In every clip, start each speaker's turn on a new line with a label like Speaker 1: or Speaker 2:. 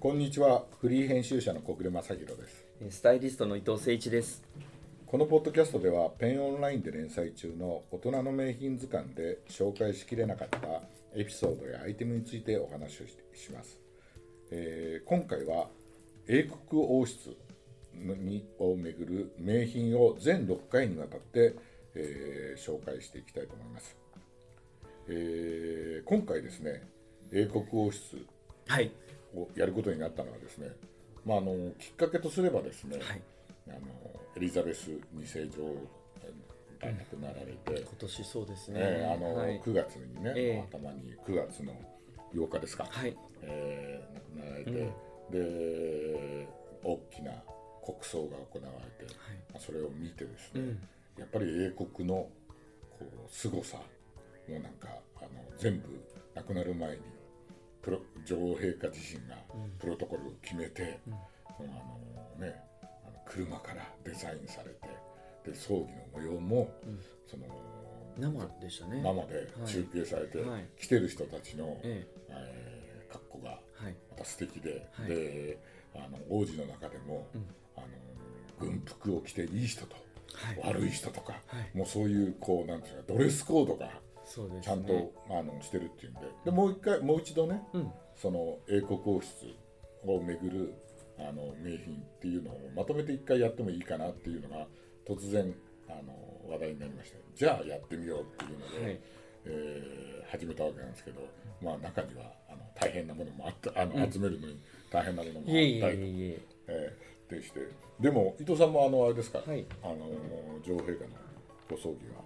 Speaker 1: こんにちはフリー編集者の小暮正弘です
Speaker 2: えースタイリストの伊藤誠一です。
Speaker 1: このポッドキャストではペンオンラインで連載中の大人の名品図鑑で紹介しきれなかったエピソードやアイテムについてお話をしします、えー今回は英国王室にをめぐる名品を全6回にわたって、えー紹介していきたいと思います、えー今回ですね英国王室
Speaker 2: はい。
Speaker 1: をやることになったのはですね、まあ、あのきっかけとすればですね、
Speaker 2: はい
Speaker 1: あのエリザベス二世女王が亡くなられて、
Speaker 2: 今年そうですね。
Speaker 1: えーあの
Speaker 2: はい。
Speaker 1: 9月にね、
Speaker 2: ええ
Speaker 1: 頭に9月の8日ですか、
Speaker 2: はい
Speaker 1: えー亡くなられて、で大きな国葬が行われて、まあそれを見てですね、やっぱり英国のこう凄さもうなんかあの全部亡くなる前にプロ女王陛下自身がプロトコルを決めて、そのあのね、あの車からデザインされてで葬儀の模様も、その
Speaker 2: 生でしたね。
Speaker 1: 生で中継されて、
Speaker 2: はいはい
Speaker 1: 来てる人たちの、
Speaker 2: え
Speaker 1: えー格好が
Speaker 2: えはい。
Speaker 1: また素敵で、
Speaker 2: はい
Speaker 1: であの王子の中でも、あの軍服を着ていい人と、
Speaker 2: はい
Speaker 1: 悪い人とか、
Speaker 2: はい
Speaker 1: もうそういうこうなんていうかドレスコードが
Speaker 2: そうですね。
Speaker 1: ちゃんと、あのしてるっていうんででもう一回もう一度ね、
Speaker 2: ん
Speaker 1: その英国王室をめぐるあの名品っていうのをまとめて一回やってもいいかなっていうのが突然あの話題になりましてじゃあやってみようっていうので、
Speaker 2: はい
Speaker 1: えー始めたわけなんですけど、まあ、中にはあの大変なものもあったあの、集めるのに大変なものもあった
Speaker 2: いえい
Speaker 1: り
Speaker 2: えい
Speaker 1: と
Speaker 2: えいえ。
Speaker 1: えーでしてでも伊藤さんもあのあれですか、
Speaker 2: はい
Speaker 1: あの女王陛下のご葬儀は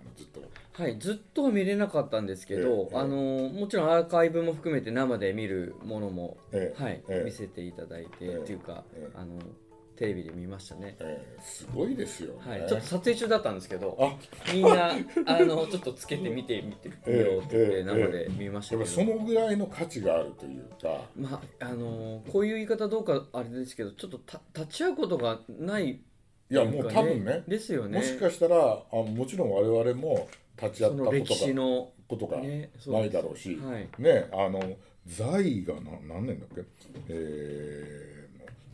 Speaker 1: あのずっと
Speaker 2: はい、ずっとは見れなかったんですけど、
Speaker 1: ええ
Speaker 2: あのもちろんアーカイブも含めて生で見るものも、
Speaker 1: ええ
Speaker 2: はい
Speaker 1: ええ
Speaker 2: 見せていただいて、
Speaker 1: ええ
Speaker 2: っていうか、
Speaker 1: ええ
Speaker 2: あのテレビで見ましたね、
Speaker 1: えーすごいですよね。
Speaker 2: はい、ちょっと撮影中だったんですけど
Speaker 1: あ
Speaker 2: みんなあのちょっとつけて見てみてみようって言 っ
Speaker 1: ええええ
Speaker 2: て生で見まし
Speaker 1: や
Speaker 2: た
Speaker 1: っ
Speaker 2: け
Speaker 1: ぱ
Speaker 2: ど、
Speaker 1: そのぐらいの価値があるというか、
Speaker 2: まああのーこういう言い方どうかあれですけどちょっとた立ち会うことがない
Speaker 1: いやもう多分ね、
Speaker 2: ですよね
Speaker 1: もしかしたらあもちろん我々も立ち会
Speaker 2: そ
Speaker 1: った
Speaker 2: の
Speaker 1: こ
Speaker 2: 歴史
Speaker 1: とが
Speaker 2: の
Speaker 1: ことが
Speaker 2: ねそうで
Speaker 1: な
Speaker 2: す
Speaker 1: いだろうし、
Speaker 2: はい
Speaker 1: ねあの在位がな何年だっけ、え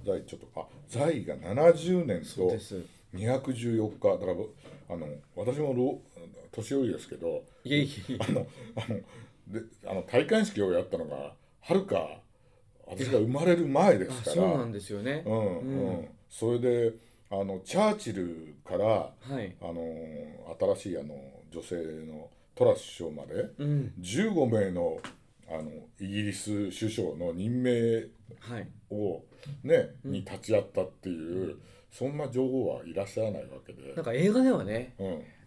Speaker 1: ー、在位ちょっとあ在位が70年
Speaker 2: そう
Speaker 1: と
Speaker 2: です
Speaker 1: 214日だからあの私も老年寄りですけど
Speaker 2: いえいえい
Speaker 1: あのあのであの戴冠式をやったのがはるか私が生まれる前で
Speaker 2: え
Speaker 1: す
Speaker 2: あ
Speaker 1: から。
Speaker 2: そうなんですよね、
Speaker 1: うん
Speaker 2: う
Speaker 1: うん、それであのチャーチルから
Speaker 2: はい
Speaker 1: あの新しいあの女性のトラス首相まで
Speaker 2: うん
Speaker 1: 15名のあのイギリス首相の任命
Speaker 2: はい
Speaker 1: を、ね、に立ち会ったっていう、そんな女王はいらっしゃらないわけで
Speaker 2: な、んか映画ではね
Speaker 1: う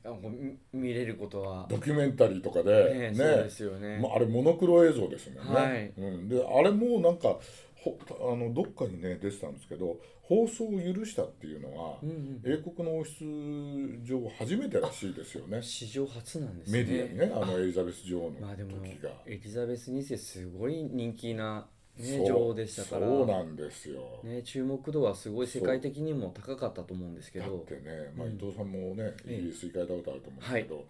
Speaker 1: ん、
Speaker 2: あこうみ見れることは
Speaker 1: ドキュメンタリーとか
Speaker 2: ね
Speaker 1: で、
Speaker 2: そうですよね
Speaker 1: まあ、あれモノクロ映像ですもんね、
Speaker 2: はい
Speaker 1: うん、であれもなんかほあのどっかにね出てたんですけど放送を許したっていうのは、
Speaker 2: うんうん
Speaker 1: 英国の王室女王初めてらしいですよね
Speaker 2: 史上初なんですね
Speaker 1: メディアにねあのエリザベス女王
Speaker 2: ま
Speaker 1: の
Speaker 2: あでも
Speaker 1: 時が、
Speaker 2: エリザベス2世すごい人気な、
Speaker 1: そう
Speaker 2: ね、女王でしたから
Speaker 1: そうなんですよ、
Speaker 2: ね、注目度はすごい世界的にも高かったと思うんですけ
Speaker 1: だっ
Speaker 2: ど
Speaker 1: てね、まあ、
Speaker 2: う
Speaker 1: 伊
Speaker 2: ん
Speaker 1: 藤さんもね、
Speaker 2: ええ
Speaker 1: イギリス行かれたことあると思うんですけど、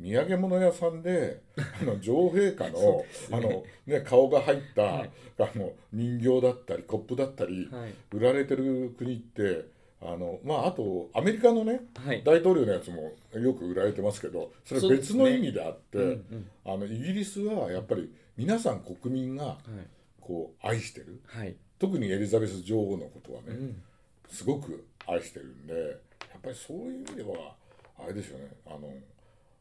Speaker 1: 土産物屋さん であの女王陛下の,、あのね、顔が入った、
Speaker 2: はい
Speaker 1: あの人形だったりコップだったり、
Speaker 2: はい
Speaker 1: 売られてる国ってあの、まあ、あとアメリカのね
Speaker 2: はい
Speaker 1: 大統領のやつもよく売られてますけどそれは
Speaker 2: そうで
Speaker 1: 別
Speaker 2: すね
Speaker 1: の意味であって、
Speaker 2: うんうん
Speaker 1: あのイギリスはやっぱり皆さん国民がこう愛してる
Speaker 2: はいはい
Speaker 1: 特にエリザベス女王のことはね、
Speaker 2: うん
Speaker 1: すごく愛してるんでやっぱりそういう意味ではあれですよねあの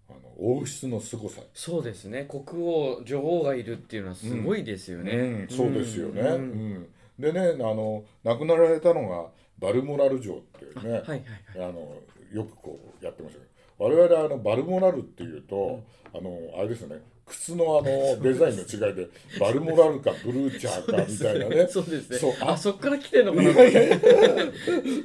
Speaker 1: あの王室の凄さ、
Speaker 2: そうですね国王女王がいるっていうのはすごいですよね、
Speaker 1: うん、そうですよね、うん
Speaker 2: うん
Speaker 1: でねあの亡くなられたのがバルモラル城っていうね、
Speaker 2: はいはいはい
Speaker 1: あのよくこうやってましたけど我々あのバルモラルっていうと、あのあれですよね靴 のあのデザインの違いでバルモラルかブルーチャーかみたいなね
Speaker 2: そうですね
Speaker 1: そうあ
Speaker 2: あそっから来てんの かな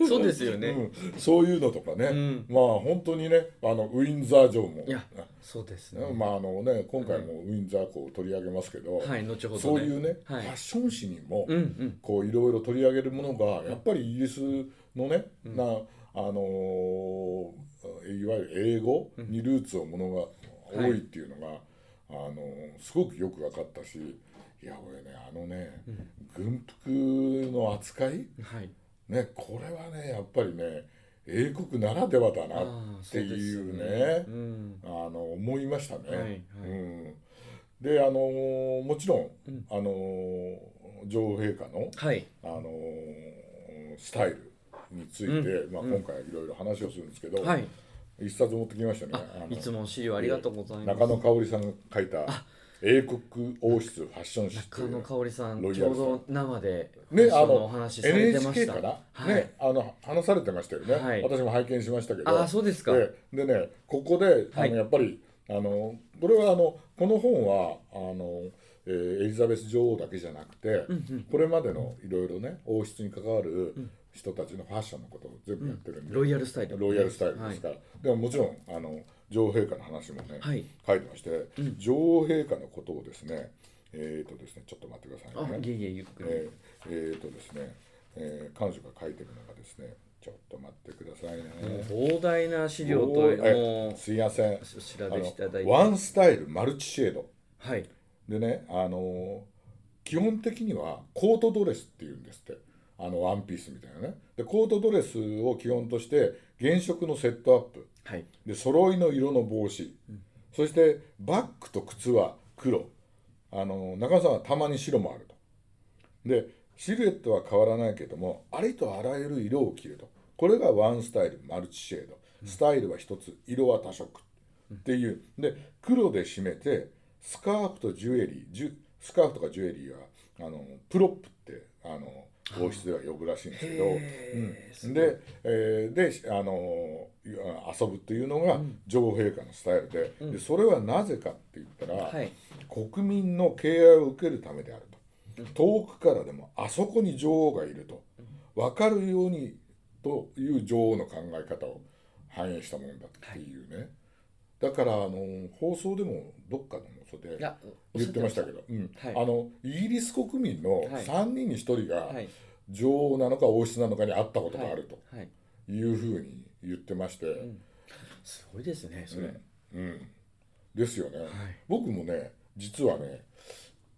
Speaker 2: そうですよね、
Speaker 1: うん、そういうのとかね、
Speaker 2: うん
Speaker 1: まあ本当にねあのウィンザー城も
Speaker 2: いやそうですね、
Speaker 1: まああのね今回もウィンザー校を取り上げますけど、
Speaker 2: はい後ほどね
Speaker 1: そういうね、
Speaker 2: はい
Speaker 1: ファッション誌にも
Speaker 2: うんうん
Speaker 1: こういろいろ取り上げるものがやっぱりイギリスのね、なあのーいわゆる英語にルーツをものが多いっていうのが、あのーすごくよく分かったしいや俺ねあのね
Speaker 2: うん
Speaker 1: 軍服の扱い
Speaker 2: はい
Speaker 1: ねこれはねやっぱりね英国ならではだな
Speaker 2: ああ
Speaker 1: っていうね
Speaker 2: そうですうん
Speaker 1: あの思いましたね。
Speaker 2: はいはい
Speaker 1: うん、であのーもちろん、
Speaker 2: うん
Speaker 1: あのー女王陛下の、
Speaker 2: はい
Speaker 1: あのースタイルについて、
Speaker 2: うん
Speaker 1: まあ、
Speaker 2: うん
Speaker 1: 今回いろいろ話をするんですけど、
Speaker 2: はい
Speaker 1: 一冊持ってきましたね。
Speaker 2: あ
Speaker 1: あの
Speaker 2: いつも資料ありがとうございます
Speaker 1: 中野香織さんが書いた英国王室ファッション誌ってい
Speaker 2: 中
Speaker 1: う
Speaker 2: 野香織さん
Speaker 1: ロイ
Speaker 2: ち
Speaker 1: ヤ
Speaker 2: ょ
Speaker 1: ル
Speaker 2: う
Speaker 1: さん
Speaker 2: ど生で
Speaker 1: ね
Speaker 2: そ
Speaker 1: あ
Speaker 2: のお
Speaker 1: の
Speaker 2: 話しされてまし
Speaker 1: NHK
Speaker 2: た
Speaker 1: から、
Speaker 2: はい
Speaker 1: ねあの話されてましたよね、
Speaker 2: はい
Speaker 1: 私も拝見しましたけど
Speaker 2: ああそうですか
Speaker 1: ででねここであの、
Speaker 2: はい
Speaker 1: やっぱりあのこれはあのこの本はあの、えーエリザベス女王だけじゃなくて、
Speaker 2: うんうん
Speaker 1: これまでのいろいろね王室に関わる人たちのファッションのことを全部やってるんで、
Speaker 2: ロイヤルスタイル
Speaker 1: ロイヤルスタイルですから、でももちろんあの女王陛下の話もね、
Speaker 2: はい
Speaker 1: 書いてまして、女王陛下のことをですねえっ、とですねちょっと待ってください
Speaker 2: は
Speaker 1: ね
Speaker 2: いあいえいえゆっくり
Speaker 1: えーえーとですね、えー彼女が書いてるのがですねちょっと待ってください
Speaker 2: もう
Speaker 1: ね。
Speaker 2: 膨大な資料と
Speaker 1: おーえ
Speaker 2: も
Speaker 1: すいません
Speaker 2: うお調べしていただ
Speaker 1: あ
Speaker 2: い
Speaker 1: の
Speaker 2: て
Speaker 1: ワンスタイルマルチシェード
Speaker 2: はい
Speaker 1: でね、あのー基本的にはコートドレスっていうんですってあのワンピースみたいなねでコートドレスを基本として原色のセットアップ
Speaker 2: はい
Speaker 1: で揃いの色の帽子、そしてバッグと靴は黒あの中野さんはたまに白もあるとでシルエットは変わらないけどもありとあらゆる色を着るとこれがワンスタイルマルチシェードスタイルは一つ色は多色っていうで黒で締めてスカーフとジュエリージュスカーフとかジュエリーはあのプロップってあの王室では呼ぶらしいんですけど、
Speaker 2: へー
Speaker 1: うん、で,、えーでしあのーいや遊ぶというのが女王陛下のスタイルで,、でそれはなぜかって言ったら、
Speaker 2: はい
Speaker 1: 国民の敬愛を受けるためであると、遠くからでもあそこに女王がいると分かるようにという女王の考え方を反映したものだっていうね、だからあのー放送でもどっかの放送で
Speaker 2: いや
Speaker 1: 言ってましたけど、うん
Speaker 2: はい
Speaker 1: あのイギリス国民の
Speaker 2: はい
Speaker 1: 3人に1人が
Speaker 2: はい
Speaker 1: 女王なのか王室なのかに会ったことがあると。
Speaker 2: はい
Speaker 1: いうふうに言ってまして、うん
Speaker 2: んすごいですねそれ
Speaker 1: ですよね、僕もね実はね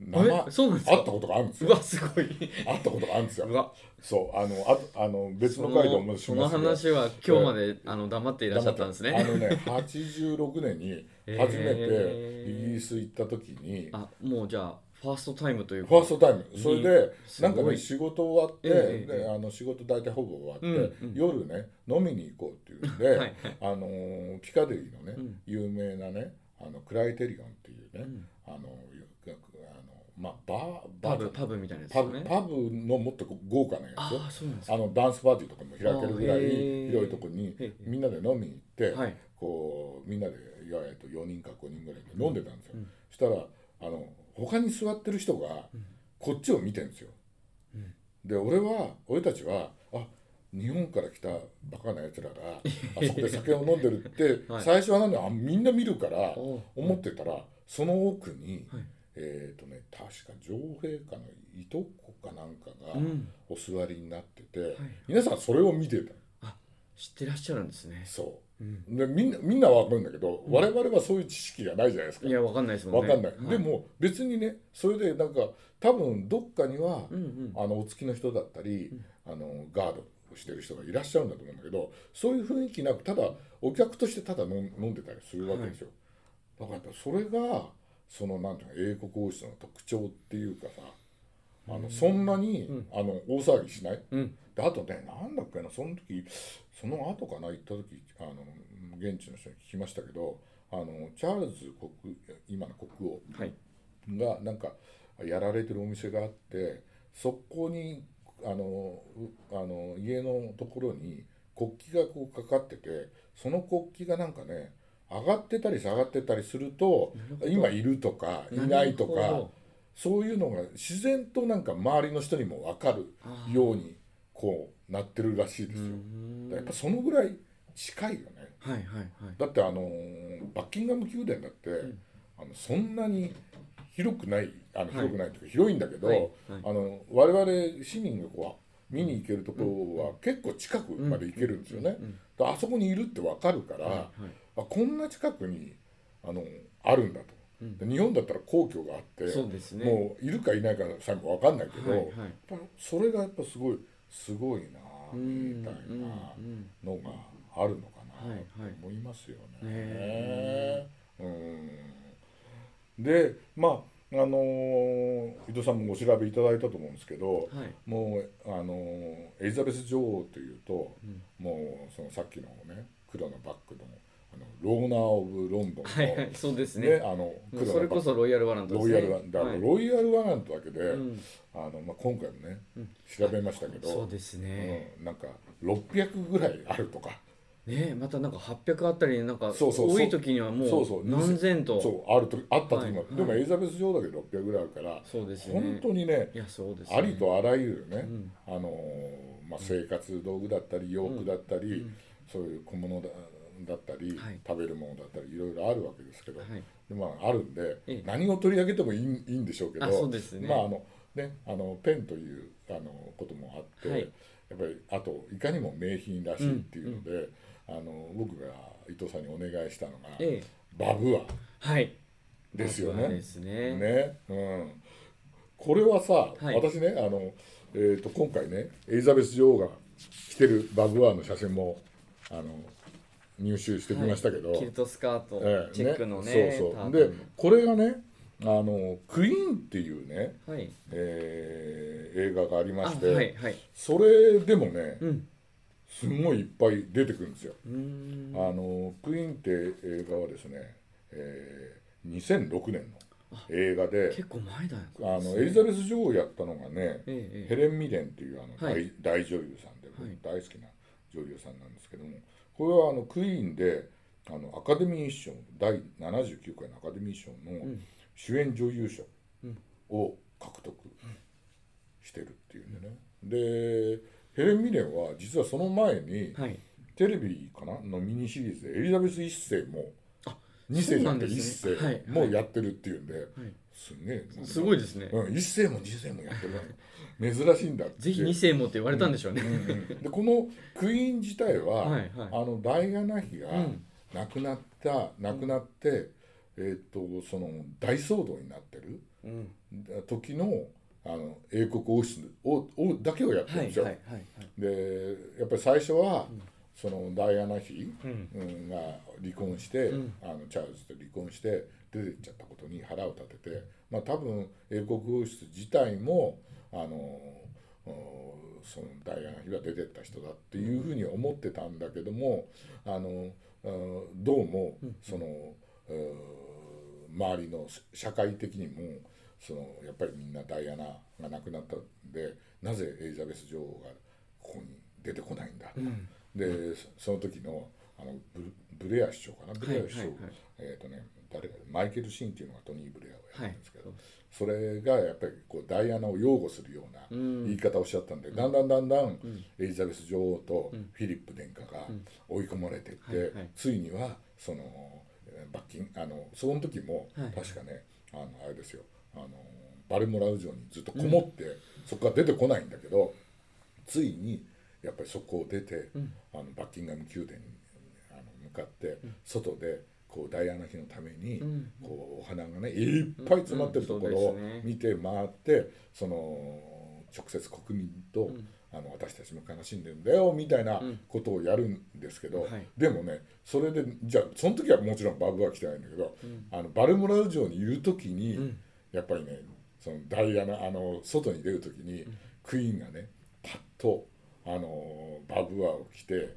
Speaker 2: えそうなんですか
Speaker 1: 会ったことがあるんです
Speaker 2: う
Speaker 1: よ
Speaker 2: わすごい
Speaker 1: 会ったことがあるんです
Speaker 2: う
Speaker 1: よ
Speaker 2: わ
Speaker 1: そうあのあとあの別の回でもし
Speaker 2: その
Speaker 1: ますけど
Speaker 2: 話は今日まであの黙っていらっしゃったんです
Speaker 1: あ
Speaker 2: ね
Speaker 1: のね86年 に
Speaker 2: えー
Speaker 1: 初めてイギリス行った時に、
Speaker 2: あもうじゃあファーストタイムという
Speaker 1: ファ
Speaker 2: か
Speaker 1: ーストタイムそれで
Speaker 2: すご
Speaker 1: ないんかね仕事終わって、
Speaker 2: ええええ
Speaker 1: であの仕事大体ほぼ終わって、
Speaker 2: うんうん
Speaker 1: 夜ね飲みに行こうっていうんで
Speaker 2: はいはい
Speaker 1: あのーピカデリーのね、
Speaker 2: うん
Speaker 1: 有名なねあのクライテリオンっていうね、
Speaker 2: ん
Speaker 1: あのよくあのまあバー
Speaker 2: パ
Speaker 1: バー
Speaker 2: ブ
Speaker 1: じゃない
Speaker 2: パブみ
Speaker 1: パブ,、
Speaker 2: たいなやつですね
Speaker 1: パブのもっと豪華なや
Speaker 2: ああそうなんです
Speaker 1: つ
Speaker 2: か
Speaker 1: あのダンスパーティーとかも開けるぐら
Speaker 2: あーへ
Speaker 1: い
Speaker 2: ー
Speaker 1: 広いとこに
Speaker 2: へー
Speaker 1: みんなで飲みに行って、
Speaker 2: はい
Speaker 1: こうみんなでいわゆる4人か5人ぐらいで飲んでたんですよ、したらあの他に座ってる人がこっちを見てるんですよ、で俺は俺たちはあ日本から来たバカなやつらがあ そこで酒を飲んでるって、
Speaker 2: はい
Speaker 1: 最初はなんだあみんな見るから
Speaker 2: おう
Speaker 1: 思ってたら、その奥に、
Speaker 2: はい
Speaker 1: えっ、とね確か女王陛下のいとこかなんかが
Speaker 2: うん
Speaker 1: お座りになってて、皆さんそれを見てた
Speaker 2: 知ってらっしゃるんですね
Speaker 1: そう、
Speaker 2: うん
Speaker 1: でみんなみんなは分かるんだけど、我々はそういう知識がないじゃないですか
Speaker 2: いやわかんないですも
Speaker 1: 分
Speaker 2: んね
Speaker 1: かんない、
Speaker 2: は
Speaker 1: でも別にねそれでなんか多分どっかには、
Speaker 2: うんうん
Speaker 1: あのお付きの人だったり、あのガードをしてる人がいらっしゃるんだと思うんだけどそういう雰囲気なくただお客としてただ飲ん飲んでたりするわけですよ、だからやっぱそれがそのなんていうの英国王室の特徴っていうかさあのそんなに、あの大騒ぎしない、
Speaker 2: うん
Speaker 1: であとねなんだっけなその時その後かな行った時あの現地の人に聞きましたけどあのチャールズ国今の国王
Speaker 2: はい
Speaker 1: がなんかやられてるお店があってそこにあのうあの家のところに国旗がこうかかっててその国旗がなんかね上がってたり下がってたりすると今いるとかいないと
Speaker 2: なるほ
Speaker 1: か
Speaker 2: ど
Speaker 1: そういうのが自然となんか周りの人にも分かる
Speaker 2: あ
Speaker 1: ようにこうなってるらしいです
Speaker 2: う
Speaker 1: よ。
Speaker 2: ん
Speaker 1: やっぱそのぐらい近いよね。
Speaker 2: はいはいはい
Speaker 1: だってあのバッキンガム宮殿だって、あのそんなに広くないあの広くないというか広いんだけど、
Speaker 2: はいはい
Speaker 1: あの我々市民がこう見に行けるところは結構近くまで行けるんですよね。だからあそこにいるってわかるから、
Speaker 2: はいはい
Speaker 1: あこんな近くにあのあるんだと。
Speaker 2: うん
Speaker 1: で日本だったら皇居があって
Speaker 2: そうですね
Speaker 1: もういるかいないかさえも分かんないけど、
Speaker 2: はい
Speaker 1: やっ
Speaker 2: はい
Speaker 1: ぱそれがやっぱすごいすごいな
Speaker 2: う
Speaker 1: み
Speaker 2: ん
Speaker 1: たい
Speaker 2: うんう
Speaker 1: なんのがあるのかな
Speaker 2: はいはい
Speaker 1: と思いますよね。
Speaker 2: ね
Speaker 1: うんでまああのー伊藤さんもお調べいただいたと思うんですけど
Speaker 2: はい
Speaker 1: もうあのーエリザベス女王というと
Speaker 2: うん
Speaker 1: もうそのさっきのね黒のバッグのあのローナー・オブ・ロンドンの、
Speaker 2: はいはいそうです
Speaker 1: ね
Speaker 2: ね
Speaker 1: あの
Speaker 2: も
Speaker 1: 黒
Speaker 2: うそ
Speaker 1: の
Speaker 2: れ
Speaker 1: バ
Speaker 2: こ
Speaker 1: ッグ
Speaker 2: そロイヤルワラントで
Speaker 1: ロ
Speaker 2: す
Speaker 1: イ
Speaker 2: ね
Speaker 1: ヤルワンだからロイヤルワナントだけで、
Speaker 2: はいうん
Speaker 1: あのまあ、今回もね、
Speaker 2: うん
Speaker 1: 調べましたけど
Speaker 2: そうですね
Speaker 1: うん、なんか600ぐらいあるとか
Speaker 2: ねまたなんか800あたりでなんか
Speaker 1: そうそうそう
Speaker 2: 多い時にはも
Speaker 1: そうそう
Speaker 2: う何千と
Speaker 1: そうあるとあった時も、
Speaker 2: はいはい
Speaker 1: でもエリザベス女王だけど600ぐらいあるから、
Speaker 2: そうですね
Speaker 1: 本当にね
Speaker 2: いやそうですね
Speaker 1: ありとあらゆるね、
Speaker 2: ん
Speaker 1: あのーまあ、生活道具だったり洋服だったり、そういう小物だだったり、
Speaker 2: はい
Speaker 1: 食べるものだったりいろいろあるわけですけど、
Speaker 2: はい
Speaker 1: でまあ、あるんで、
Speaker 2: ええ
Speaker 1: 何を取り上げてもいいんいいんでしょうけど
Speaker 2: あそうですね
Speaker 1: まああのね、あのペンというあのこともあって、
Speaker 2: はい
Speaker 1: やっぱりあといかにも名品らしいっていうので、あの僕が伊藤さんにお願いしたのが、
Speaker 2: ええ
Speaker 1: バブア
Speaker 2: はい
Speaker 1: ですよ
Speaker 2: まずは
Speaker 1: ね
Speaker 2: で。すね
Speaker 1: ねうん、これはさ、
Speaker 2: はい
Speaker 1: 私ねあの、えー、と今回ねエリザベス女王が着てるバブアーの写真もあの入手してきましたけど、
Speaker 2: キルトスカート、
Speaker 1: ええ
Speaker 2: チェックのね
Speaker 1: そう
Speaker 2: タ
Speaker 1: そう
Speaker 2: ー
Speaker 1: で
Speaker 2: バン
Speaker 1: これがねあのクイーンっていうね、
Speaker 2: はい
Speaker 1: えー映画があり
Speaker 2: あ
Speaker 1: まして、
Speaker 2: はいはい
Speaker 1: それでもね
Speaker 2: うん
Speaker 1: すごいいっぱい出てくるんですよ。
Speaker 2: うーん
Speaker 1: あのクイーンって映画はですね、えー2006年の映画で
Speaker 2: 結構前だよ
Speaker 1: あのエリザベス女王をやったのがね、
Speaker 2: え
Speaker 1: ヘレン・ミレンっていうあの大,、
Speaker 2: はい
Speaker 1: 大女優さんで僕
Speaker 2: はい
Speaker 1: 大好きな女優さんなんですけどもこれはあのクイーンであのアカデミー賞第79回のアカデミー賞
Speaker 2: う
Speaker 1: の
Speaker 2: ん
Speaker 1: 主演女優賞
Speaker 2: うん
Speaker 1: を獲得してるっていうんでねでヘレン・ミレンは実はその前に
Speaker 2: えはい
Speaker 1: テレビかなのミニシリーズでエリザベス1世も
Speaker 2: あ
Speaker 1: 2世じゃなくて
Speaker 2: そうなんですねはい
Speaker 1: 1世もやってるっていうんで
Speaker 2: い
Speaker 1: すんげえ
Speaker 2: すごいですね
Speaker 1: うん、1世も2世もやってる 珍しいんだって
Speaker 2: ぜひ2世もって言われたんでしょうね
Speaker 1: うんでこのクイーン自体は、
Speaker 2: はいはい
Speaker 1: あのダイアナ妃が
Speaker 2: うん
Speaker 1: 亡くなった、亡くなって、えー、とその大騒動になってる
Speaker 2: うん
Speaker 1: 時のあの英国王室ををだけをやってる
Speaker 2: は
Speaker 1: ん
Speaker 2: い
Speaker 1: です
Speaker 2: は
Speaker 1: よ。
Speaker 2: いはいはい
Speaker 1: でやっぱり最初は、そのダイアナ妃、
Speaker 2: うん
Speaker 1: うんが離婚して、
Speaker 2: うん
Speaker 1: あのチャールズと離婚して出てっちゃったことに腹を立てて、まあ、多分英国王室自体もあのおそのダイアナ妃は出てった人だっていうふうに思ってたんだけどもあのあどうもその、うん周りの社会的にもそのやっぱりみんなダイアナが亡くなったんでなぜエリザベス女王がここに出てこないんだとか、でそその時のあのブルブレア首相かなブレア首相、
Speaker 2: はいはいはい
Speaker 1: えっ、とね誰かマイケル・シーンっていうのがトニー・ブレアをやってるんですけど、
Speaker 2: はい
Speaker 1: それがやっぱりこうダイアナを擁護するような
Speaker 2: うん
Speaker 1: 言い方をしちゃったんで、だんだんだんだんエリザベス女王とフィリップ殿下が追い込まれてって、
Speaker 2: はいはい
Speaker 1: ついにはそのえー罰金あのその時も
Speaker 2: はい
Speaker 1: 確かね、あのあれですよあのバルモラル城にずっとこもって、そこから出てこないんだけどついにやっぱりそこを出て、あのバッキンガム宮殿にあの向かって、外でこうダイアナ妃のために、
Speaker 2: うん
Speaker 1: こうお花がねいっぱい詰まってるところ
Speaker 2: うんう
Speaker 1: を
Speaker 2: んそうですね
Speaker 1: 見て回ってその直接国民と、あの私たちも悲しんでるんだよみたいなことをやるんですけど、
Speaker 2: はい
Speaker 1: でもねそれでじゃあその時はもちろんバブは来てないんだけど、あのバルモラル城にいる時に、やっぱりねそのダイアナあの外に出る時に、クイーンがねパッとあのバブアを着て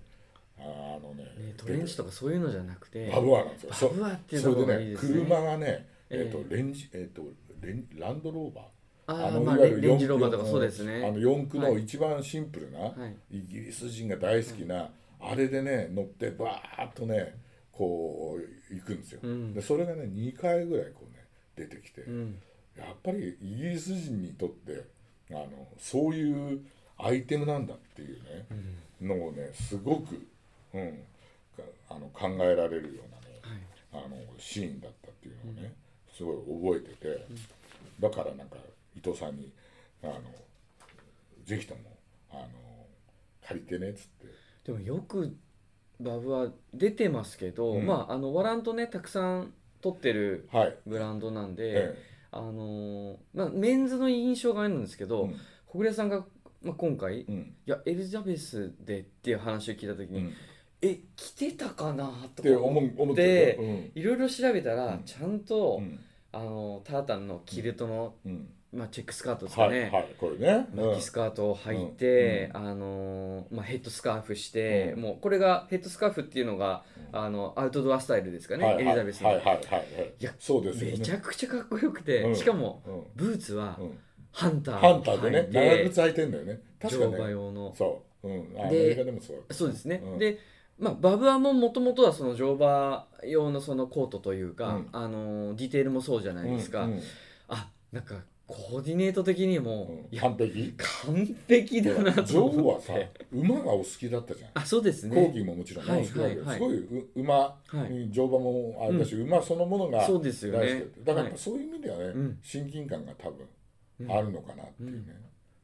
Speaker 1: ああのね
Speaker 2: ねトレンチとかそういうのじゃなくて
Speaker 1: バブアなんですよそ
Speaker 2: バブアっていう
Speaker 1: そ
Speaker 2: の
Speaker 1: れ
Speaker 2: が
Speaker 1: で
Speaker 2: いい
Speaker 1: ね
Speaker 2: ですね
Speaker 1: 車がねえっ、と
Speaker 2: え
Speaker 1: レンジえっ、とレンランドローバー
Speaker 2: あーまあレンレンジローバーとか
Speaker 1: 四
Speaker 2: そうですね
Speaker 1: あの四駆の
Speaker 2: は
Speaker 1: 一番シンプルな、
Speaker 2: い
Speaker 1: イギリス人が大好きな、あれでね乗ってバーッとねこう行くんですよ、
Speaker 2: うん
Speaker 1: でそれがね2回ぐらいこうね出てきて、
Speaker 2: うん
Speaker 1: やっぱりイギリス人にとってあのそういうアイテムなんだっていうね、のをねすごく、うん、かあの考えられるようなね、
Speaker 2: はい
Speaker 1: あのシーンだったっていうのをね、すごい覚えてて、だからなんか伊藤さんにあのぜひともあの借りてねっつって
Speaker 2: でもよくバブは出てますけど、
Speaker 1: うん
Speaker 2: まああのワラントねたくさん取ってる
Speaker 1: はい、
Speaker 2: ブランドなんで、
Speaker 1: え
Speaker 2: あのーまあ、メンズの印象があれなんですけ
Speaker 1: え
Speaker 2: ど、小暮さんが、まあ、今回、い
Speaker 1: うんうん
Speaker 2: やエリザベスでっていう話を聞いた時
Speaker 1: う
Speaker 2: に、
Speaker 1: ん、っ
Speaker 2: え着てたかなと
Speaker 1: て
Speaker 2: か
Speaker 1: 思う思って
Speaker 2: で
Speaker 1: たようん
Speaker 2: いろいろ調べたら、
Speaker 1: うん
Speaker 2: ちゃんと、
Speaker 1: うん
Speaker 2: あのタータンのキルトの、
Speaker 1: うん
Speaker 2: まあ、チェックスカートです
Speaker 1: は
Speaker 2: か
Speaker 1: い、
Speaker 2: ね、
Speaker 1: はい、これね、うん
Speaker 2: 巻きスカートを履いて、あのーまあ、ヘッドスカーフして、
Speaker 1: うん
Speaker 2: もうこれがヘッドスカーフっていうのが、
Speaker 1: うん
Speaker 2: あのアウトドアスタイルですかね、
Speaker 1: はいはい
Speaker 2: エリザベスの、
Speaker 1: はいはいはいはい
Speaker 2: いや
Speaker 1: そうですよね
Speaker 2: めちゃくちゃかっこよくて、
Speaker 1: うん
Speaker 2: しかも
Speaker 1: うん
Speaker 2: ブーツは
Speaker 1: うん
Speaker 2: ハンター
Speaker 1: ハン
Speaker 2: を
Speaker 1: ターでね
Speaker 2: 履い
Speaker 1: 長
Speaker 2: て
Speaker 1: 靴履いてんだよね確か
Speaker 2: 乗
Speaker 1: に
Speaker 2: 馬
Speaker 1: ね
Speaker 2: 用の
Speaker 1: そう、うん、あア
Speaker 2: で
Speaker 1: メリカでもそう
Speaker 2: そうですね、
Speaker 1: うん
Speaker 2: で、まあ、バブアももともとはその乗馬用のそのコートというか、
Speaker 1: うん
Speaker 2: あのーディテールもそうじゃないですか、
Speaker 1: うんうん
Speaker 2: あなんかコーディネート的にも、
Speaker 1: うん
Speaker 2: いや
Speaker 1: 完璧
Speaker 2: 完璧だ
Speaker 1: 女
Speaker 2: なと
Speaker 1: 王
Speaker 2: 思
Speaker 1: は
Speaker 2: っ
Speaker 1: さ
Speaker 2: て
Speaker 1: 馬がお好きだったじゃん
Speaker 2: あそうですね
Speaker 1: コーギーももちろんね
Speaker 2: はい
Speaker 1: お好きだけど、
Speaker 2: はい
Speaker 1: すごいう馬、
Speaker 2: はい
Speaker 1: うん乗馬もあれだし、馬そのものが大
Speaker 2: そ
Speaker 1: 好
Speaker 2: うです
Speaker 1: き
Speaker 2: よ
Speaker 1: だ
Speaker 2: ね。
Speaker 1: だからやっ
Speaker 2: は
Speaker 1: ぱ
Speaker 2: い
Speaker 1: そういう意味ではね、
Speaker 2: うん
Speaker 1: 親近感が多分
Speaker 2: うん
Speaker 1: あるのかなっていうね、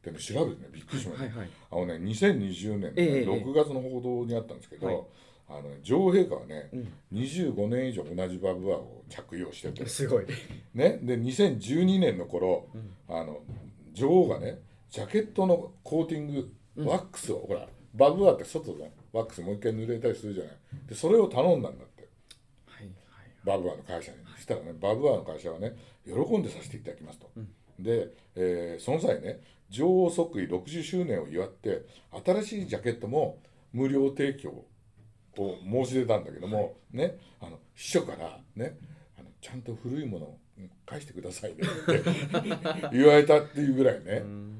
Speaker 1: でも調べてねびっくりしました、
Speaker 2: はいはい。
Speaker 1: あのね2020年のね、
Speaker 2: ええええ
Speaker 1: 6月の報道にあったんですけど、
Speaker 2: はい
Speaker 1: あのね女王陛下はね
Speaker 2: うん
Speaker 1: 25年以上同じバブアーを着用してて、
Speaker 2: すごい。
Speaker 1: ね、で2012年の頃
Speaker 2: うん
Speaker 1: あの女王がねジャケットのコーティング
Speaker 2: うん
Speaker 1: ワックスを、ほらバブアーって外でワックスもう一回塗れたりするじゃないでそれを頼んだんだって
Speaker 2: はい
Speaker 1: バブアーの会社にそしたらねバブアーの会社はね喜んでさせていただきますと、
Speaker 2: うん
Speaker 1: で、えーその際ね女王即位60周年を祝って新しいジャケットも無料提供を申し出たんだけども、ねあの秘書からねあのちゃんと古いものをうん返してく ださいねって言われたっていうぐらいね
Speaker 2: うーん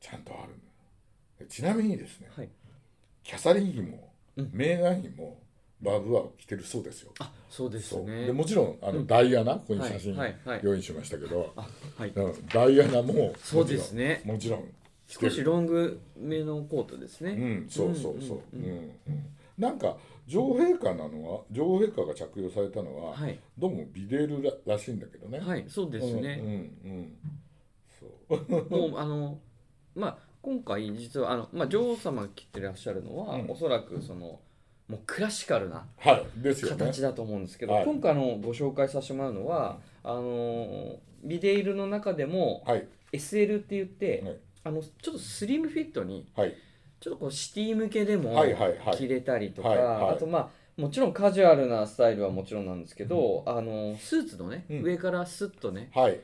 Speaker 1: ちゃんとあるのちなみにですね
Speaker 2: はい。
Speaker 1: キャサリン妃も、
Speaker 2: うん
Speaker 1: メーガン妃もバブアーを着てるそうですよ。
Speaker 2: あ、そうです
Speaker 1: そう
Speaker 2: ね。
Speaker 1: でもちろんあの、
Speaker 2: うん
Speaker 1: ダイアナここに
Speaker 2: はい
Speaker 1: 写真
Speaker 2: はいはい
Speaker 1: 用意しましたけど、
Speaker 2: あ、はい。
Speaker 1: うんダイアナも
Speaker 2: そうですね
Speaker 1: もちろんもちろ
Speaker 2: 少
Speaker 1: ん着て
Speaker 2: し
Speaker 1: る
Speaker 2: ロングめのコートです
Speaker 1: う
Speaker 2: ね。
Speaker 1: んそうそうそう
Speaker 2: う
Speaker 1: うんん
Speaker 2: うん
Speaker 1: うんなんか女王陛下なのは女王陛下が着用されたのは、
Speaker 2: はい
Speaker 1: どうもビデールららしいんだけどね。
Speaker 2: はい、そうです
Speaker 1: う
Speaker 2: ね。
Speaker 1: んうんうんそう
Speaker 2: もうあのまあ今回実はあのまあ女王様が着てらっしゃるのは
Speaker 1: うん
Speaker 2: おそらくそのもうクラシカルな。
Speaker 1: はいですよね。
Speaker 2: 形だと思うんですけど、
Speaker 1: はい
Speaker 2: 今回あのご紹介させてもらうのは、あのビデイルの中でも
Speaker 1: はい
Speaker 2: SL って言って、
Speaker 1: はい
Speaker 2: あのちょっとスリムフィットに
Speaker 1: はい
Speaker 2: ちょっとこうシティ向けでも
Speaker 1: はいはいはい
Speaker 2: 着れたりとか、
Speaker 1: はいはい
Speaker 2: あとまあもちろんカジュアルなスタイルはもちろんなんですけど、あのスーツのね、
Speaker 1: うん
Speaker 2: 上からスッとね
Speaker 1: はいは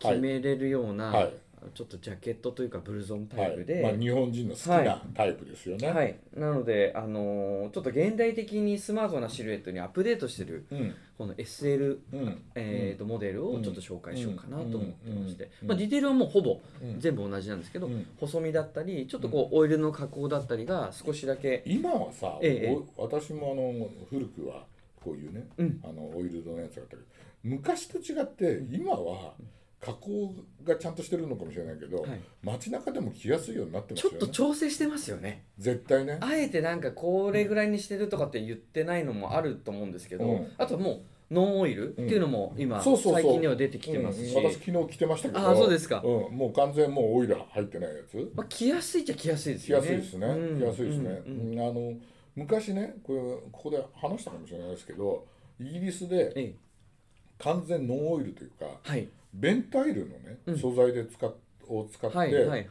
Speaker 2: 決
Speaker 1: い
Speaker 2: めれるような、
Speaker 1: はい
Speaker 2: ちょっとジャケットというかブルゾンタ
Speaker 1: は
Speaker 2: イプ
Speaker 1: い
Speaker 2: で、
Speaker 1: ま
Speaker 2: は
Speaker 1: あ
Speaker 2: い
Speaker 1: 日本人の好きなタイプですよね。
Speaker 2: なので、あのちょっと現代的にスマートなシルエットにアップデートしてる
Speaker 1: うん
Speaker 2: この SL
Speaker 1: うん
Speaker 2: えー、とモデル
Speaker 1: う
Speaker 2: を
Speaker 1: ん
Speaker 2: ちょっと紹介しようかなと思ってまして、
Speaker 1: うん
Speaker 2: まあ、ディテールはもうほぼ
Speaker 1: うん
Speaker 2: 全部同じなんですけど、
Speaker 1: うん
Speaker 2: 細身だったりちょっとこうオイルの加工だったりが少しだけ、
Speaker 1: 今はさ、
Speaker 2: ええ
Speaker 1: お私もあの古くはこういうね、
Speaker 2: うん
Speaker 1: あのオイルドのやつがあったけど昔と違って今は加工がちゃんとしてるのかもしれないけど、
Speaker 2: はい
Speaker 1: 街中でも着やすいようになってます
Speaker 2: ちょ
Speaker 1: よ
Speaker 2: っ
Speaker 1: ね
Speaker 2: と調整してますよね
Speaker 1: 絶対ね
Speaker 2: あえてなんかこれぐらいにしてるとかって言ってないのもあると思うんですけど、
Speaker 1: うん
Speaker 2: あともうノンオイルっていうのも今、
Speaker 1: そうそうそう
Speaker 2: 最近では出てきてますし、
Speaker 1: うん私昨日着てましたけど
Speaker 2: あそうですか
Speaker 1: うん、もう完全もうオイル入ってないやつ
Speaker 2: まあ、着やすいっちゃ着やすいです
Speaker 1: 着
Speaker 2: よ
Speaker 1: や
Speaker 2: ね
Speaker 1: すいですね、
Speaker 2: うん
Speaker 1: 着やすいですね、
Speaker 2: うんうん
Speaker 1: うんあの昔ねこれここで話したかもしれないですけどイギリスで
Speaker 2: ええ
Speaker 1: 完全ノンオイルというか
Speaker 2: はい
Speaker 1: ベンタイルのね、
Speaker 2: うん
Speaker 1: 素材で使っを使って、
Speaker 2: はいはいはいはい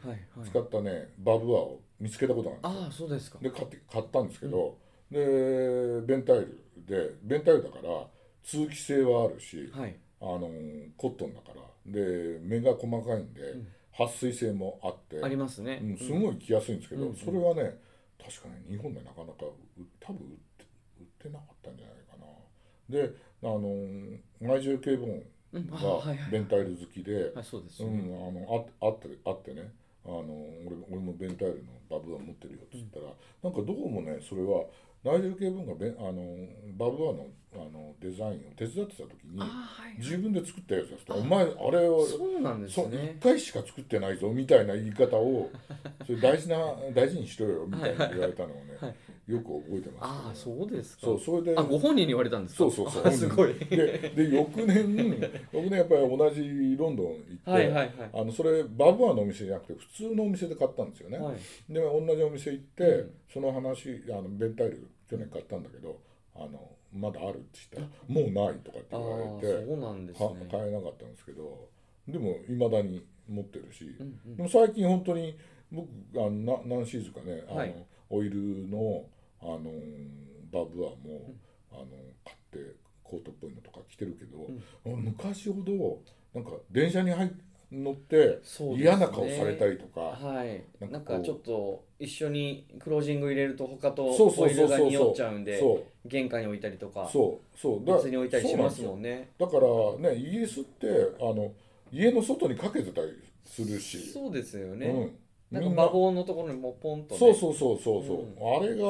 Speaker 1: 使ったねバブアーを見つけたことがあるんで
Speaker 2: ああそうですか
Speaker 1: すよで買って買ったんですけど、でベンタイルでベンタイルだから通気性はあるし、
Speaker 2: はい
Speaker 1: あのーコットンだからで目が細かいんで、
Speaker 2: ん
Speaker 1: 撥水性もあって
Speaker 2: ありますね、
Speaker 1: うん、すごい着やすいんですけど、
Speaker 2: うんうん
Speaker 1: それはね確かに日本でなかなかう多分売って売ってなかったんじゃないかな。であのー内重警本
Speaker 2: うんあはいはいは
Speaker 1: が
Speaker 2: い
Speaker 1: ベンタイル好きで、
Speaker 2: はいそうです
Speaker 1: う
Speaker 2: よ
Speaker 1: ん
Speaker 2: ね、、
Speaker 1: あのああってあってねあの俺も俺もベンタイルのバブアー持ってるよって言ったら、なんかどうもねそれはナイジェル・ケイブンがベンあのバブアーのあのデザインを手伝ってた時に
Speaker 2: あーはい
Speaker 1: 自分で作ったやつだったお前あれを
Speaker 2: そうなんです
Speaker 1: そう
Speaker 2: ね
Speaker 1: 1。回しか作ってないぞみたいな言い方をそれ大事な 大事にしろよみたいな言われたのをね、
Speaker 2: はい
Speaker 1: よく覚えてます、
Speaker 2: ああ、そうですか。
Speaker 1: そうそれで
Speaker 2: あ、ご本人に言われたんですか。
Speaker 1: そうそうそう
Speaker 2: あ すごい。
Speaker 1: でで翌年翌年やっぱり同じロンドン行って、
Speaker 2: はいはい
Speaker 1: あのそれバブアーのお店じゃなくて普通のお店で買ったんですよね、
Speaker 2: はい。はい。
Speaker 1: で同じお店行って、
Speaker 2: うん
Speaker 1: その話あのベンタイル去年買ったんだけどあのまだあるって言ったら「もうない」とかって
Speaker 2: ああ
Speaker 1: 言われて
Speaker 2: そうなんです
Speaker 1: は
Speaker 2: ね
Speaker 1: 買えなかったんですけどでもいまだに持ってるし、
Speaker 2: うんうん
Speaker 1: でも最近本当に僕あのな何シーズンかねあの、
Speaker 2: はい
Speaker 1: オイルのあのバブアーも、あの買ってコートっぽいのとか着てるけど、昔ほどなんか電車に入っ乗って
Speaker 2: そうですね
Speaker 1: 嫌な顔されたりとか、
Speaker 2: はい、
Speaker 1: なんか
Speaker 2: なん
Speaker 1: こう
Speaker 2: かちょっと一緒にクロージング入れると他と
Speaker 1: そうそ
Speaker 2: オ
Speaker 1: う
Speaker 2: イ
Speaker 1: そ
Speaker 2: ル
Speaker 1: う
Speaker 2: が
Speaker 1: そう
Speaker 2: 匂っちゃうんで
Speaker 1: そう
Speaker 2: 玄関に置いたりとか
Speaker 1: そうそうだ
Speaker 2: 別に置いたりしますもんね
Speaker 1: だからねイギリスってあの家の外にかけてたりするし
Speaker 2: そうですよ
Speaker 1: う
Speaker 2: ね、
Speaker 1: ん
Speaker 2: なんか馬房のところにもポンと、ね、
Speaker 1: そうそうそうそうそう、あれが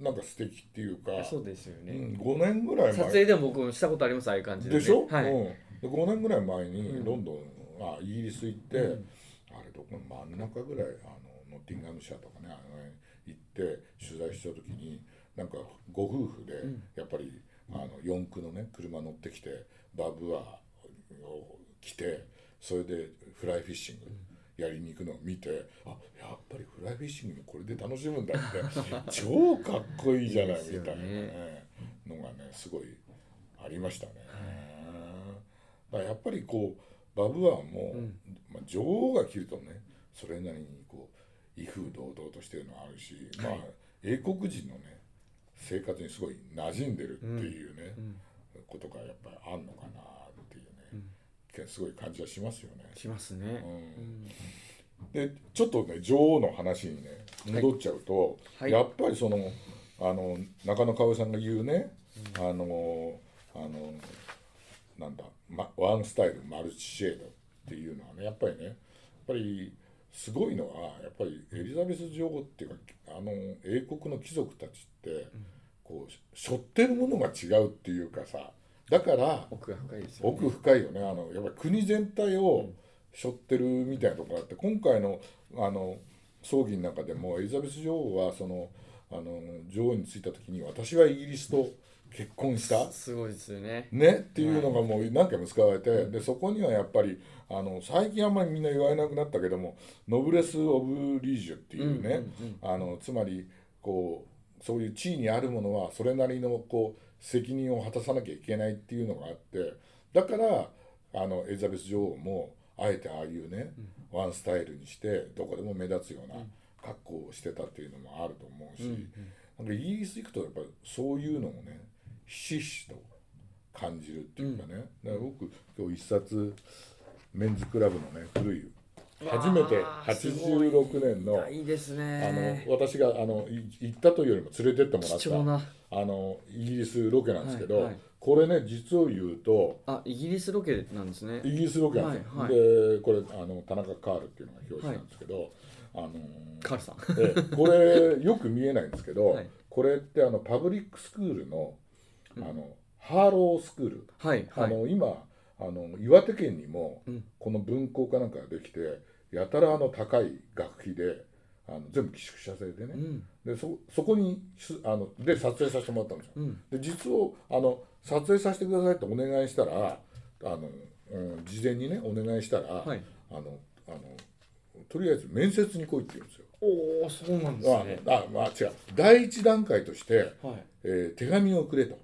Speaker 1: なんか素敵っていうか
Speaker 2: あそうですよ
Speaker 1: う
Speaker 2: ね、
Speaker 1: ん、5年ぐらい
Speaker 2: 撮
Speaker 1: 前
Speaker 2: 影でも僕もしたことありますああいう感じで、ね、
Speaker 1: でしょ、
Speaker 2: はい、
Speaker 1: うん、で5年ぐらい前
Speaker 2: う
Speaker 1: に
Speaker 2: ん
Speaker 1: ロンドン、あイギリス行って、
Speaker 2: うん
Speaker 1: あれどこ真ん中ぐらいあのノッティンガムシャーとかねあの辺行って取材した時になんかご夫婦で
Speaker 2: ん
Speaker 1: やっぱり、あの四駆のね車乗ってきてバブアーを着てそれでフライフィッシング。やりに行くのを見てあやっぱりフライフィッシングもこれで楽しむんだって超かっこいいじゃない
Speaker 2: いいです
Speaker 1: み
Speaker 2: よ
Speaker 1: た
Speaker 2: ね
Speaker 1: いなねのがねすごいありましたね。だからやっぱりこうバブアンも、
Speaker 2: うん
Speaker 1: まあ、女王が着るとねそれなりにこう威風堂々としてるのはあるし、まあ、英国人のね生活にすごい馴染んでるっていうね、
Speaker 2: うん
Speaker 1: ことがやっぱりあんのかなっていうね、けすごい感じはしますよね。
Speaker 2: しますね、
Speaker 1: うんでちょっとね女王の話にね戻っちゃうと、
Speaker 2: はい
Speaker 1: やっぱりそのあの中野香織さんが言うね、あのあのなんだ、ま、ワンスタイルマルチシェードっていうのはねやっぱりねやっぱりすごいのはやっぱりエリザベス女王っていうかあの英国の貴族たちってこう背負ってるものが違うっていうかさだから
Speaker 2: 奥が深いですよね
Speaker 1: 奥深いよねあのやっぱり国全体を背負ってるみたいなところがあって今回のあの葬儀の中でもエリザベス女王はそのあの女王に就いた時に私はイギリスと結婚した。
Speaker 2: すごいですよね
Speaker 1: ね、っていうのがもう何回も使われて、でそこにはやっぱりあの最近あんまりみんな言われなくなったけどもノブレス・オブ・リージュっていうね、あのつまりこうそういう地位にあるものはそれなりのこう責任を果たさなきゃいけないっていうのがあってだからあのエリザベス女王もあえてああいうね、ワンスタイルにしてどこでも目立つような格好をしてたっていうのもあると思うし、なんかイギリス行くとやっぱりそういうのをねひしひしと感じるっていうかね、だから僕今日一冊メンズクラブのね古い初めて
Speaker 2: わあすごい
Speaker 1: 86年の
Speaker 2: いいです
Speaker 1: あ
Speaker 2: ね
Speaker 1: の私があのい行ったというよりも連れてってもら
Speaker 2: 貴重
Speaker 1: っ
Speaker 2: な
Speaker 1: たあのイギリスロケなんですけど、
Speaker 2: はいはい
Speaker 1: これね実を言うと
Speaker 2: あイギリスロケなんですね
Speaker 1: イギリスロケなんですよ、
Speaker 2: はいはい
Speaker 1: でこれあの田中カールっていうのが表紙なんですけど、あのー
Speaker 2: カールさん
Speaker 1: ええこれよく見えないんですけど、
Speaker 2: はい
Speaker 1: これってあのパブリックスクールのあの、ハーロースクール、
Speaker 2: はい
Speaker 1: あ
Speaker 2: はい
Speaker 1: の今あの岩手県にも
Speaker 2: うん
Speaker 1: この文校かなんかができてやたらあの高い学費であの全部寄宿舎制でね、
Speaker 2: うん
Speaker 1: でそそこにしあので撮影させてもらったんですよ。
Speaker 2: うん
Speaker 1: で実をあの撮影させてくださいってお願いしたらあの、うん事前にねお願いしたら、
Speaker 2: はい
Speaker 1: あのあのとりあえず面接に来いって言うんですよ。
Speaker 2: おおそうなんです
Speaker 1: あ
Speaker 2: ね
Speaker 1: あまあ違う第一段階として、
Speaker 2: はい
Speaker 1: えー手紙をくれと。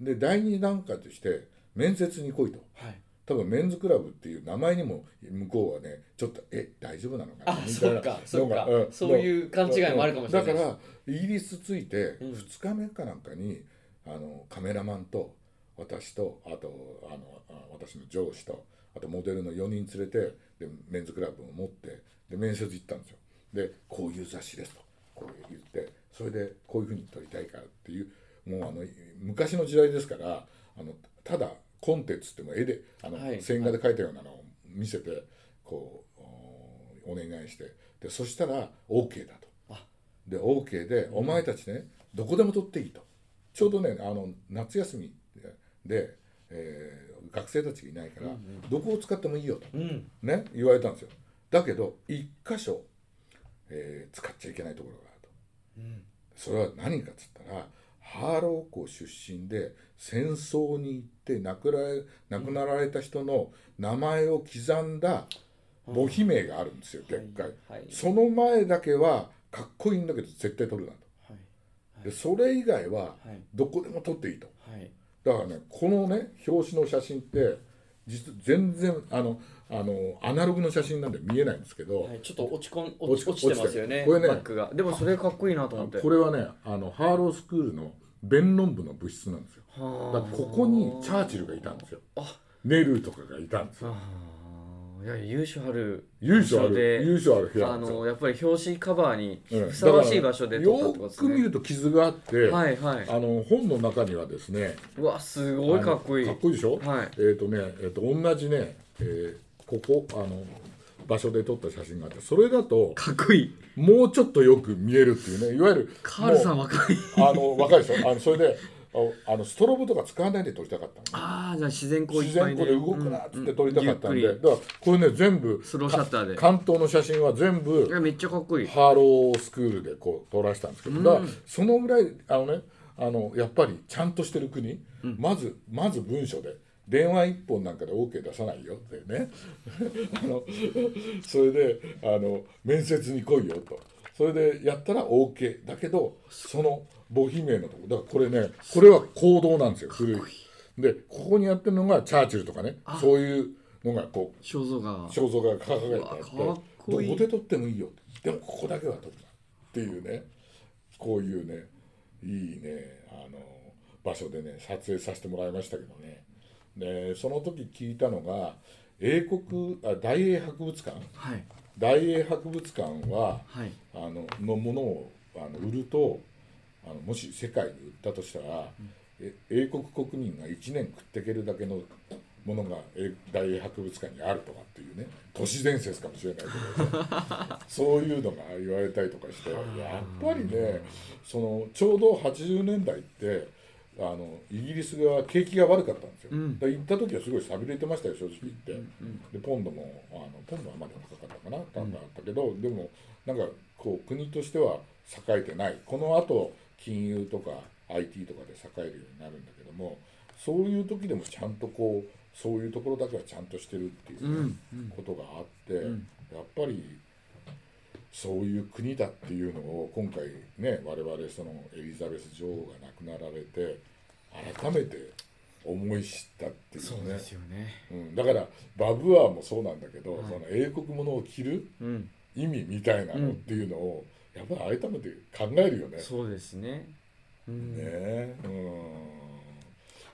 Speaker 1: で第二段階として面接に来いと。
Speaker 2: はい
Speaker 1: 多分メンズクラブっていう名前にも向こうはねちょっとえ大丈夫なのかな
Speaker 2: あ
Speaker 1: みたいな
Speaker 2: そっかそっか
Speaker 1: のが
Speaker 2: そういう勘違いもあるかもしれな
Speaker 1: だ
Speaker 2: いです
Speaker 1: からイギリス着いて
Speaker 2: うん
Speaker 1: 2日目かなんかに、あのカメラマンと私とあとあのあ私の上司とあとモデルの4人連れてでメンズクラブを持ってで面接行ったんですよでこういう雑誌ですとこう言ってそれでこういうふうに撮りたいからっていうもうあの昔の時代ですからあのただコンテンツっても絵であの、
Speaker 2: はい
Speaker 1: 線画で描いたようなのを見せてこうおお願いしてでそしたら OK だと
Speaker 2: あ
Speaker 1: で OK で、お前たちねどこでも撮っていいとちょうどねあの夏休みで、えー学生たちがいないから、どこを使ってもいいよと、
Speaker 2: うん
Speaker 1: ね、言われたんですよだけど一箇所、えー使っちゃいけないところがあると
Speaker 2: うん
Speaker 1: それは何かっつったらハーロー校出身で戦争に行って亡くられ亡くなられた人の名前を刻んだ墓碑銘があるんですよ、でっかい、
Speaker 2: はいはい
Speaker 1: その前だけはかっこいいんだけど絶対取るなと
Speaker 2: はい
Speaker 1: でそれ以外は
Speaker 2: はい
Speaker 1: どこでも撮っていいと
Speaker 2: はい
Speaker 1: だからねこのね表紙の写真って実全然あのあのアナログの写真なんで見えないんですけど、
Speaker 2: はい、ちょっと落ちこん
Speaker 1: 落
Speaker 2: 落
Speaker 1: ち
Speaker 2: ち落ちてますよ
Speaker 1: 落ちて
Speaker 2: ね
Speaker 1: るこれね
Speaker 2: バックがでもそれかっこいいなと思って
Speaker 1: これはねあのハーロースクールの弁論部の部室なんですよだ
Speaker 2: は
Speaker 1: って
Speaker 2: あ
Speaker 1: ここにチャーチルがいたんですよ
Speaker 2: あ
Speaker 1: ネルーとかがいたんですよ
Speaker 2: ああいや優勝ある
Speaker 1: 優勝ある優
Speaker 2: で
Speaker 1: 勝ある部屋な
Speaker 2: あ
Speaker 1: んですよ
Speaker 2: のやっぱり表紙カバーに
Speaker 1: うん
Speaker 2: ふさわしい場所で
Speaker 1: だか
Speaker 2: 撮
Speaker 1: らよ
Speaker 2: ったってことです
Speaker 1: く見
Speaker 2: ね
Speaker 1: ると傷があって、
Speaker 2: はいはい
Speaker 1: あの本の中にはですね
Speaker 2: うわすごいかっこいい
Speaker 1: あのか
Speaker 2: は
Speaker 1: っこいいでしょ、
Speaker 2: い
Speaker 1: えっ、とね、えー、と同じね、えーここあの場所で撮った写真があってそれだと
Speaker 2: かっこいい
Speaker 1: もうちょっとよく見えるっていうねいわゆる
Speaker 2: カールさ
Speaker 1: も
Speaker 2: ん若いう
Speaker 1: あの若いでしょあのそれでああのストロボとか使わないで撮りたかったの
Speaker 2: ああじゃあ自然光い
Speaker 1: 自
Speaker 2: っぱ
Speaker 1: 然
Speaker 2: い
Speaker 1: 光で動くなっつって撮りたかったんで、
Speaker 2: うんうんゆっく
Speaker 1: だからこれね全部
Speaker 2: りスローシャッターで
Speaker 1: 関東の写真は全
Speaker 2: い
Speaker 1: 部
Speaker 2: やめっちゃかっこいい
Speaker 1: ハーロースクールでこう撮らせたんですけど、だからそのぐらいあのねあのやっぱりちゃんとしてる国、まずまず文書で電話一本なんかで OK 出さないよってね あのそれであの面接に来いよとそれでやったら OK だけどその母姫のとこだからこれねこれは行動なんですよ古い。でここにやってるのがチャーチルとかねそういうのがこう
Speaker 2: 肖像画
Speaker 1: 肖像画が掲げてあって
Speaker 2: うわかっこいい
Speaker 1: どこで撮ってもいいよでもここだけは撮るなっていうねこういうねいいねあの場所でね撮影させてもらいましたけどねでその時聞いたのが英国あ大英博物館
Speaker 2: はい
Speaker 1: 大英博物館は
Speaker 2: はい
Speaker 1: あののものをあの売るとあのもし世界に売ったとしたら、え英国国民が1年食っていけるだけのものがえ大英博物館にあるとかっていうね都市伝説かもしれないけど、そういうのが言われたりとかしてやっぱりねそのちょうど80年代ってあのイギリスが景気が悪かったんですよ、
Speaker 2: うん
Speaker 1: だから行った時はすごい寂れてましたよ正直言って。
Speaker 2: うん
Speaker 1: でポンドもあのポンドはまだ高かったかな単価あったけど、でもなんかこう国としては栄えてないこのあと金融とか IT とかで栄えるようになるんだけどもそういう時でもちゃんとこうそういうところだけはちゃんとしてるっていう
Speaker 2: う
Speaker 1: ね、
Speaker 2: んうん
Speaker 1: ことがあって、
Speaker 2: ん
Speaker 1: やっぱりそういう国だっていうのを今回ね我々そのエリザベス女王が亡くなられて改めて思い知ったっていうね。
Speaker 2: そうですよね
Speaker 1: うん、だからバブアーもそうなんだけど、
Speaker 2: はい
Speaker 1: その英国ものを着る
Speaker 2: うん
Speaker 1: 意味みたいな
Speaker 2: う
Speaker 1: の
Speaker 2: ん
Speaker 1: っていうのを、やっぱり改めて考えるよね。
Speaker 2: そうですねうん
Speaker 1: ねえ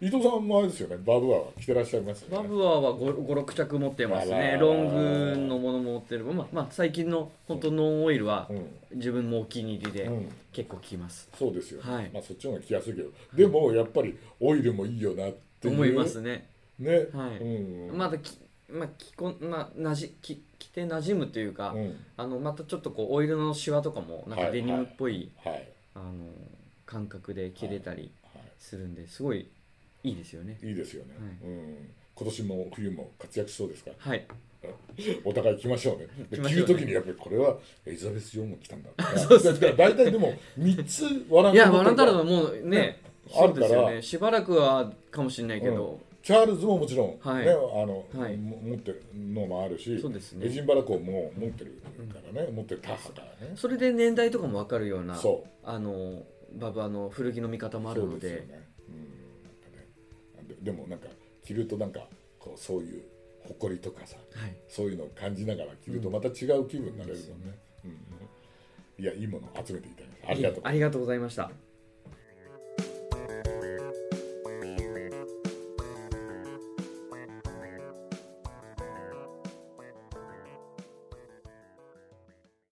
Speaker 1: うん、伊藤さんもあれですよねバブアーは着てらっしゃいますよね。
Speaker 2: バブアーは56着持ってます
Speaker 1: あら
Speaker 2: ね
Speaker 1: ー
Speaker 2: ロングのものも持ってるまあ、まあ、最近の本当ノンオイルは
Speaker 1: うん
Speaker 2: 自分もお気に入りで
Speaker 1: うん
Speaker 2: 結構着ます、
Speaker 1: そうですよ、
Speaker 2: はい
Speaker 1: まあそっちの方が着やすいけどでもやっぱりオイルもいいよなっていう
Speaker 2: 思いますね
Speaker 1: ね、
Speaker 2: はい
Speaker 1: うん
Speaker 2: まだきまあ、着こまあ、なじき着て馴染むというか、
Speaker 1: うん
Speaker 2: あのまたちょっとこうオイルのシワとかもなん
Speaker 1: は
Speaker 2: か
Speaker 1: い
Speaker 2: デニムっぽい、
Speaker 1: はいはい
Speaker 2: あの感覚で着れたりするんですごいいいですよね
Speaker 1: いいですよね、
Speaker 2: はい
Speaker 1: うん、今年も冬も活躍しそうですか
Speaker 2: はい
Speaker 1: お互い来ましょうね。で
Speaker 2: 来ま
Speaker 1: 着
Speaker 2: しょう
Speaker 1: る
Speaker 2: ね
Speaker 1: ときにやっぱりこれはエリザベス女王も来 たんだろうな。だから大体でも3つ笑
Speaker 2: いやワランタル
Speaker 1: の
Speaker 2: はもうね
Speaker 1: ねあ
Speaker 2: そ
Speaker 1: る
Speaker 2: う
Speaker 1: から
Speaker 2: ですよねしばらくはかもしれないけど、
Speaker 1: チャールズももちろん、ね
Speaker 2: はい
Speaker 1: あの
Speaker 2: はい
Speaker 1: も持ってるのもあるし、
Speaker 2: そうですね
Speaker 1: エジンバラ公も持ってるからね、持ってるタッハからね。
Speaker 2: それで年代とかも分かるような
Speaker 1: そう
Speaker 2: あのバブあの古着の見方もある
Speaker 1: そう
Speaker 2: の
Speaker 1: ですよ
Speaker 2: で
Speaker 1: ね。うんなんかねででもなんか着るとなんかこうそういう誇りとかさ、
Speaker 2: はい
Speaker 1: そういうのを感じながら着るとまた違う気分になれるもんね。うんいやいいものを集めていただきありがとうございます
Speaker 2: ありがとうございました